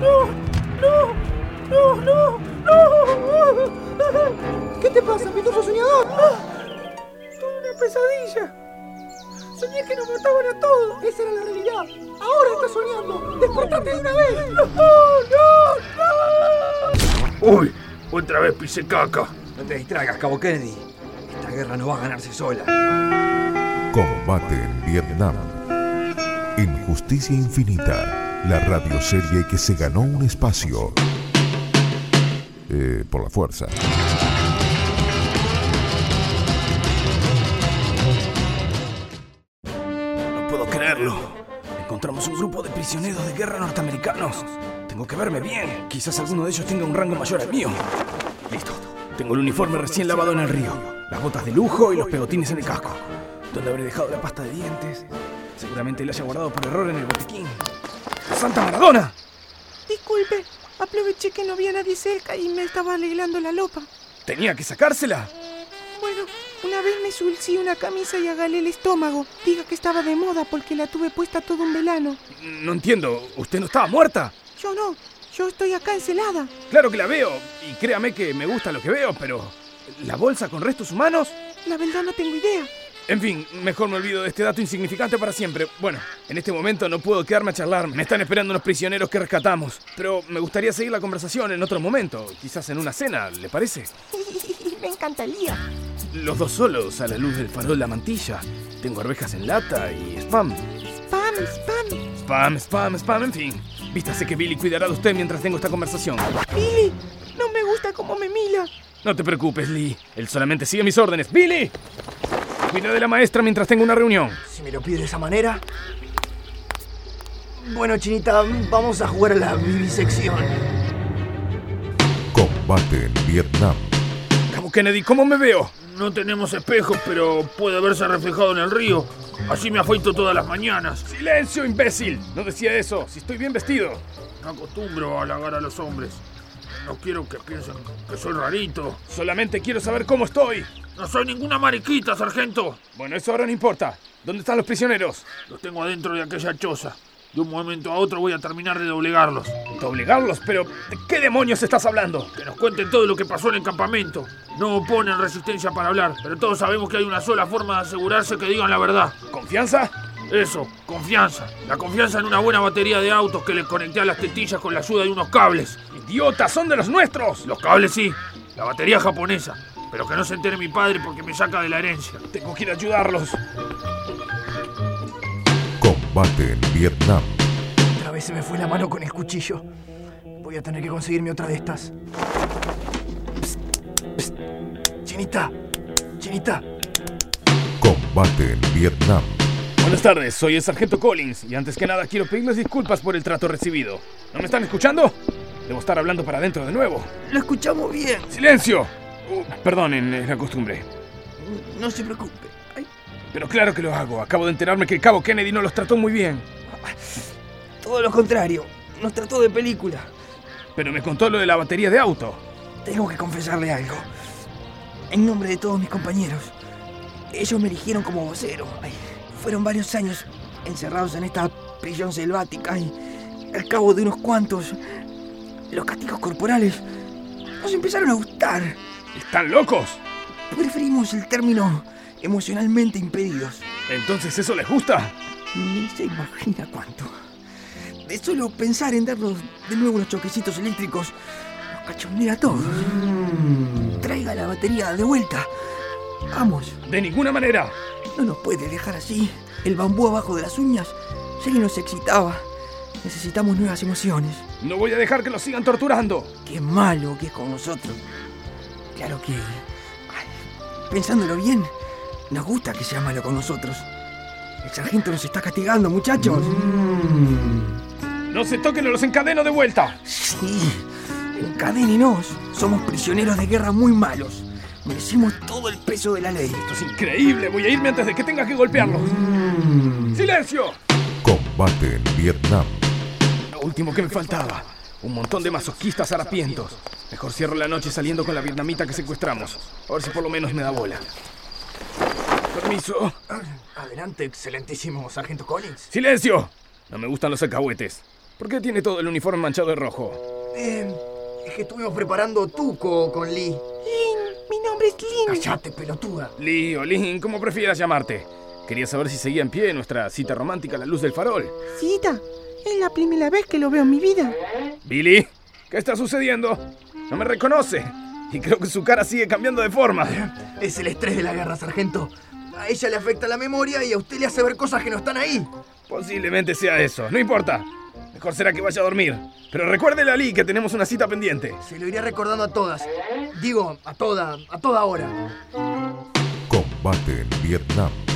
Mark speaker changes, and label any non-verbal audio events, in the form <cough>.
Speaker 1: ¡No! ¡No! ¡No! ¡No! ¡No! ¿Qué te pasa, pitufo soñador?
Speaker 2: Tuve una pesadilla. Soñé que nos mataban a todos.
Speaker 1: Esa era la realidad. Ahora estás soñando. ¡Despertate de una vez!
Speaker 3: ¡Uy! Otra vez pisé caca.
Speaker 4: No te distraigas, Cabo Kennedy. Esta guerra no va a ganarse sola.
Speaker 5: Combate en Vietnam. En Justicia Infinita, la radioserie que se ganó un espacio eh, por la fuerza.
Speaker 6: No puedo creerlo. Encontramos un grupo de prisioneros de guerra norteamericanos. Tengo que verme bien. Quizás alguno de ellos tenga un rango mayor al mío. Listo. Tengo el uniforme recién lavado en el río, las botas de lujo y los pegotines en el casco. ¿Dónde habré dejado la pasta de dientes? Seguramente la haya guardado por error en el botiquín. ¡Santa Maradona!
Speaker 2: Disculpe, aproveché que no había nadie cerca y me estaba arreglando la lopa.
Speaker 6: ¿Tenía que sacársela?
Speaker 2: Bueno, una vez me sulcí una camisa y agalé el estómago. Diga que estaba de moda porque la tuve puesta todo un verano.
Speaker 6: No entiendo. ¿Usted no estaba muerta?
Speaker 2: Yo no, yo estoy acá encelada.
Speaker 6: Claro que la veo. Y créame que me gusta lo que veo, pero... ¿La bolsa con restos humanos?
Speaker 2: La verdad no tengo idea.
Speaker 6: En fin, mejor me olvido de este dato insignificante para siempre. Bueno, en este momento no puedo quedarme a charlar. Me están esperando unos prisioneros que rescatamos. Pero me gustaría seguir la conversación en otro momento. Quizás en una cena, ¿le parece?
Speaker 2: <laughs> me encantaría.
Speaker 6: Los dos solos a la luz del farol La Mantilla. Tengo arvejas en lata y spam.
Speaker 2: Spam, spam.
Speaker 6: Spam, spam, spam, en fin. Vístase que Billy cuidará de usted mientras tengo esta conversación.
Speaker 2: Billy, no me gusta cómo me mira.
Speaker 6: No te preocupes, Lee. Él solamente sigue mis órdenes. ¡Billy! Cuida de la maestra mientras tengo una reunión.
Speaker 4: Si me lo pide de esa manera. Bueno, Chinita, vamos a jugar a la vivisección.
Speaker 5: Combate en Vietnam.
Speaker 6: Cabo Kennedy, ¿cómo me veo?
Speaker 3: No tenemos espejos, pero puede verse reflejado en el río. Así me afeito todas las mañanas.
Speaker 6: ¡Silencio, imbécil! No decía eso. Si estoy bien vestido.
Speaker 3: No acostumbro a halagar a los hombres. No quiero que piensen que soy rarito.
Speaker 6: Solamente quiero saber cómo estoy.
Speaker 3: No soy ninguna mariquita, sargento.
Speaker 6: Bueno, eso ahora no importa. ¿Dónde están los prisioneros?
Speaker 3: Los tengo adentro de aquella choza. De un momento a otro voy a terminar de doblegarlos.
Speaker 6: ¿Doblegarlos? Pero, ¿de qué demonios estás hablando?
Speaker 3: Que nos cuenten todo lo que pasó en el campamento. No oponen resistencia para hablar, pero todos sabemos que hay una sola forma de asegurarse que digan la verdad.
Speaker 6: ¿Confianza?
Speaker 3: Eso, confianza. La confianza en una buena batería de autos que les conecté a las tetillas con la ayuda de unos cables.
Speaker 6: ¡Idiota! ¡Son de los nuestros!
Speaker 3: Los cables sí, la batería japonesa. Pero que no se entere mi padre porque me saca de la herencia.
Speaker 6: Tengo que ir a ayudarlos.
Speaker 5: Combate en Vietnam.
Speaker 4: Otra vez se me fue la mano con el cuchillo. Voy a tener que conseguirme otra de estas. Psst, psst. Chinita, Chinita,
Speaker 5: Combate en Vietnam.
Speaker 6: Buenas tardes, soy el sargento Collins y antes que nada quiero pedirles disculpas por el trato recibido. ¿No me están escuchando? Debo estar hablando para adentro de nuevo.
Speaker 4: lo escuchamos bien.
Speaker 6: ¡Silencio! Uh, perdonen, es la costumbre.
Speaker 4: No se preocupe. Ay,
Speaker 6: Pero claro que lo hago. Acabo de enterarme que el cabo Kennedy no los trató muy bien.
Speaker 4: todo lo contrario. Nos trató de película.
Speaker 6: Pero me contó lo de la batería de auto.
Speaker 4: Tengo que confesarle algo. En nombre de todos mis compañeros, ellos me eligieron como vocero. Ay, fueron varios años encerrados en esta prisión selvática y al cabo de unos cuantos, los castigos corporales nos empezaron a gustar.
Speaker 6: ¿Están locos?
Speaker 4: Preferimos el término emocionalmente impedidos.
Speaker 6: ¿Entonces eso les gusta?
Speaker 4: Ni se imagina cuánto. De solo pensar en darnos de nuevo los choquecitos eléctricos, nos cachondea a todos. Traiga la batería de vuelta. Vamos,
Speaker 6: De ninguna manera.
Speaker 4: no nos puede dejar así. El bambú abajo de las uñas ya que nos excitaba. Necesitamos nuevas emociones.
Speaker 6: No voy a dejar que los sigan torturando.
Speaker 4: Qué malo que es con nosotros. Claro que, ay, pensándolo bien, nos gusta que sea malo con nosotros. El sargento nos está castigando, muchachos.
Speaker 6: No se toquen o los encadeno de vuelta.
Speaker 4: Sí, encadénenos. Somos prisioneros de guerra muy malos. Merecimos todo el peso de la ley.
Speaker 6: Esto es increíble. Voy a irme antes de que tenga que golpearlos. ¡Silencio!
Speaker 5: Combate en Vietnam.
Speaker 6: Lo último que me faltaba. Un montón de masoquistas harapientos. Mejor cierro la noche saliendo con la vietnamita que secuestramos. A ver si por lo menos me da bola. Permiso.
Speaker 4: Adelante, Ah, excelentísimo sargento Collins.
Speaker 6: ¡Silencio! No me gustan los alcahuetes. ¿Por qué tiene todo el uniforme manchado de rojo?
Speaker 4: Eh, es que estuvimos preparando tuco con Lee.
Speaker 2: Lin, mi nombre es Lin.
Speaker 4: Cállate, pelotuda.
Speaker 6: Lee o Lin, como prefieras llamarte. Quería saber si seguía en pie nuestra cita romántica a la luz del farol.
Speaker 2: Cita, es la primera vez que lo veo en mi vida.
Speaker 6: Billy, ¿qué está sucediendo? No me reconoce. Y creo que su cara sigue cambiando de forma.
Speaker 4: Es el estrés de la guerra, sargento. A ella le afecta la memoria y a usted le hace ver cosas que no están ahí.
Speaker 6: Posiblemente sea eso. No importa. Mejor será que vaya a dormir. Pero recuérdele a Lee que tenemos una cita pendiente.
Speaker 4: Se lo iré recordando a todas. Digo, a toda, a toda hora.
Speaker 5: Combate en Vietnam.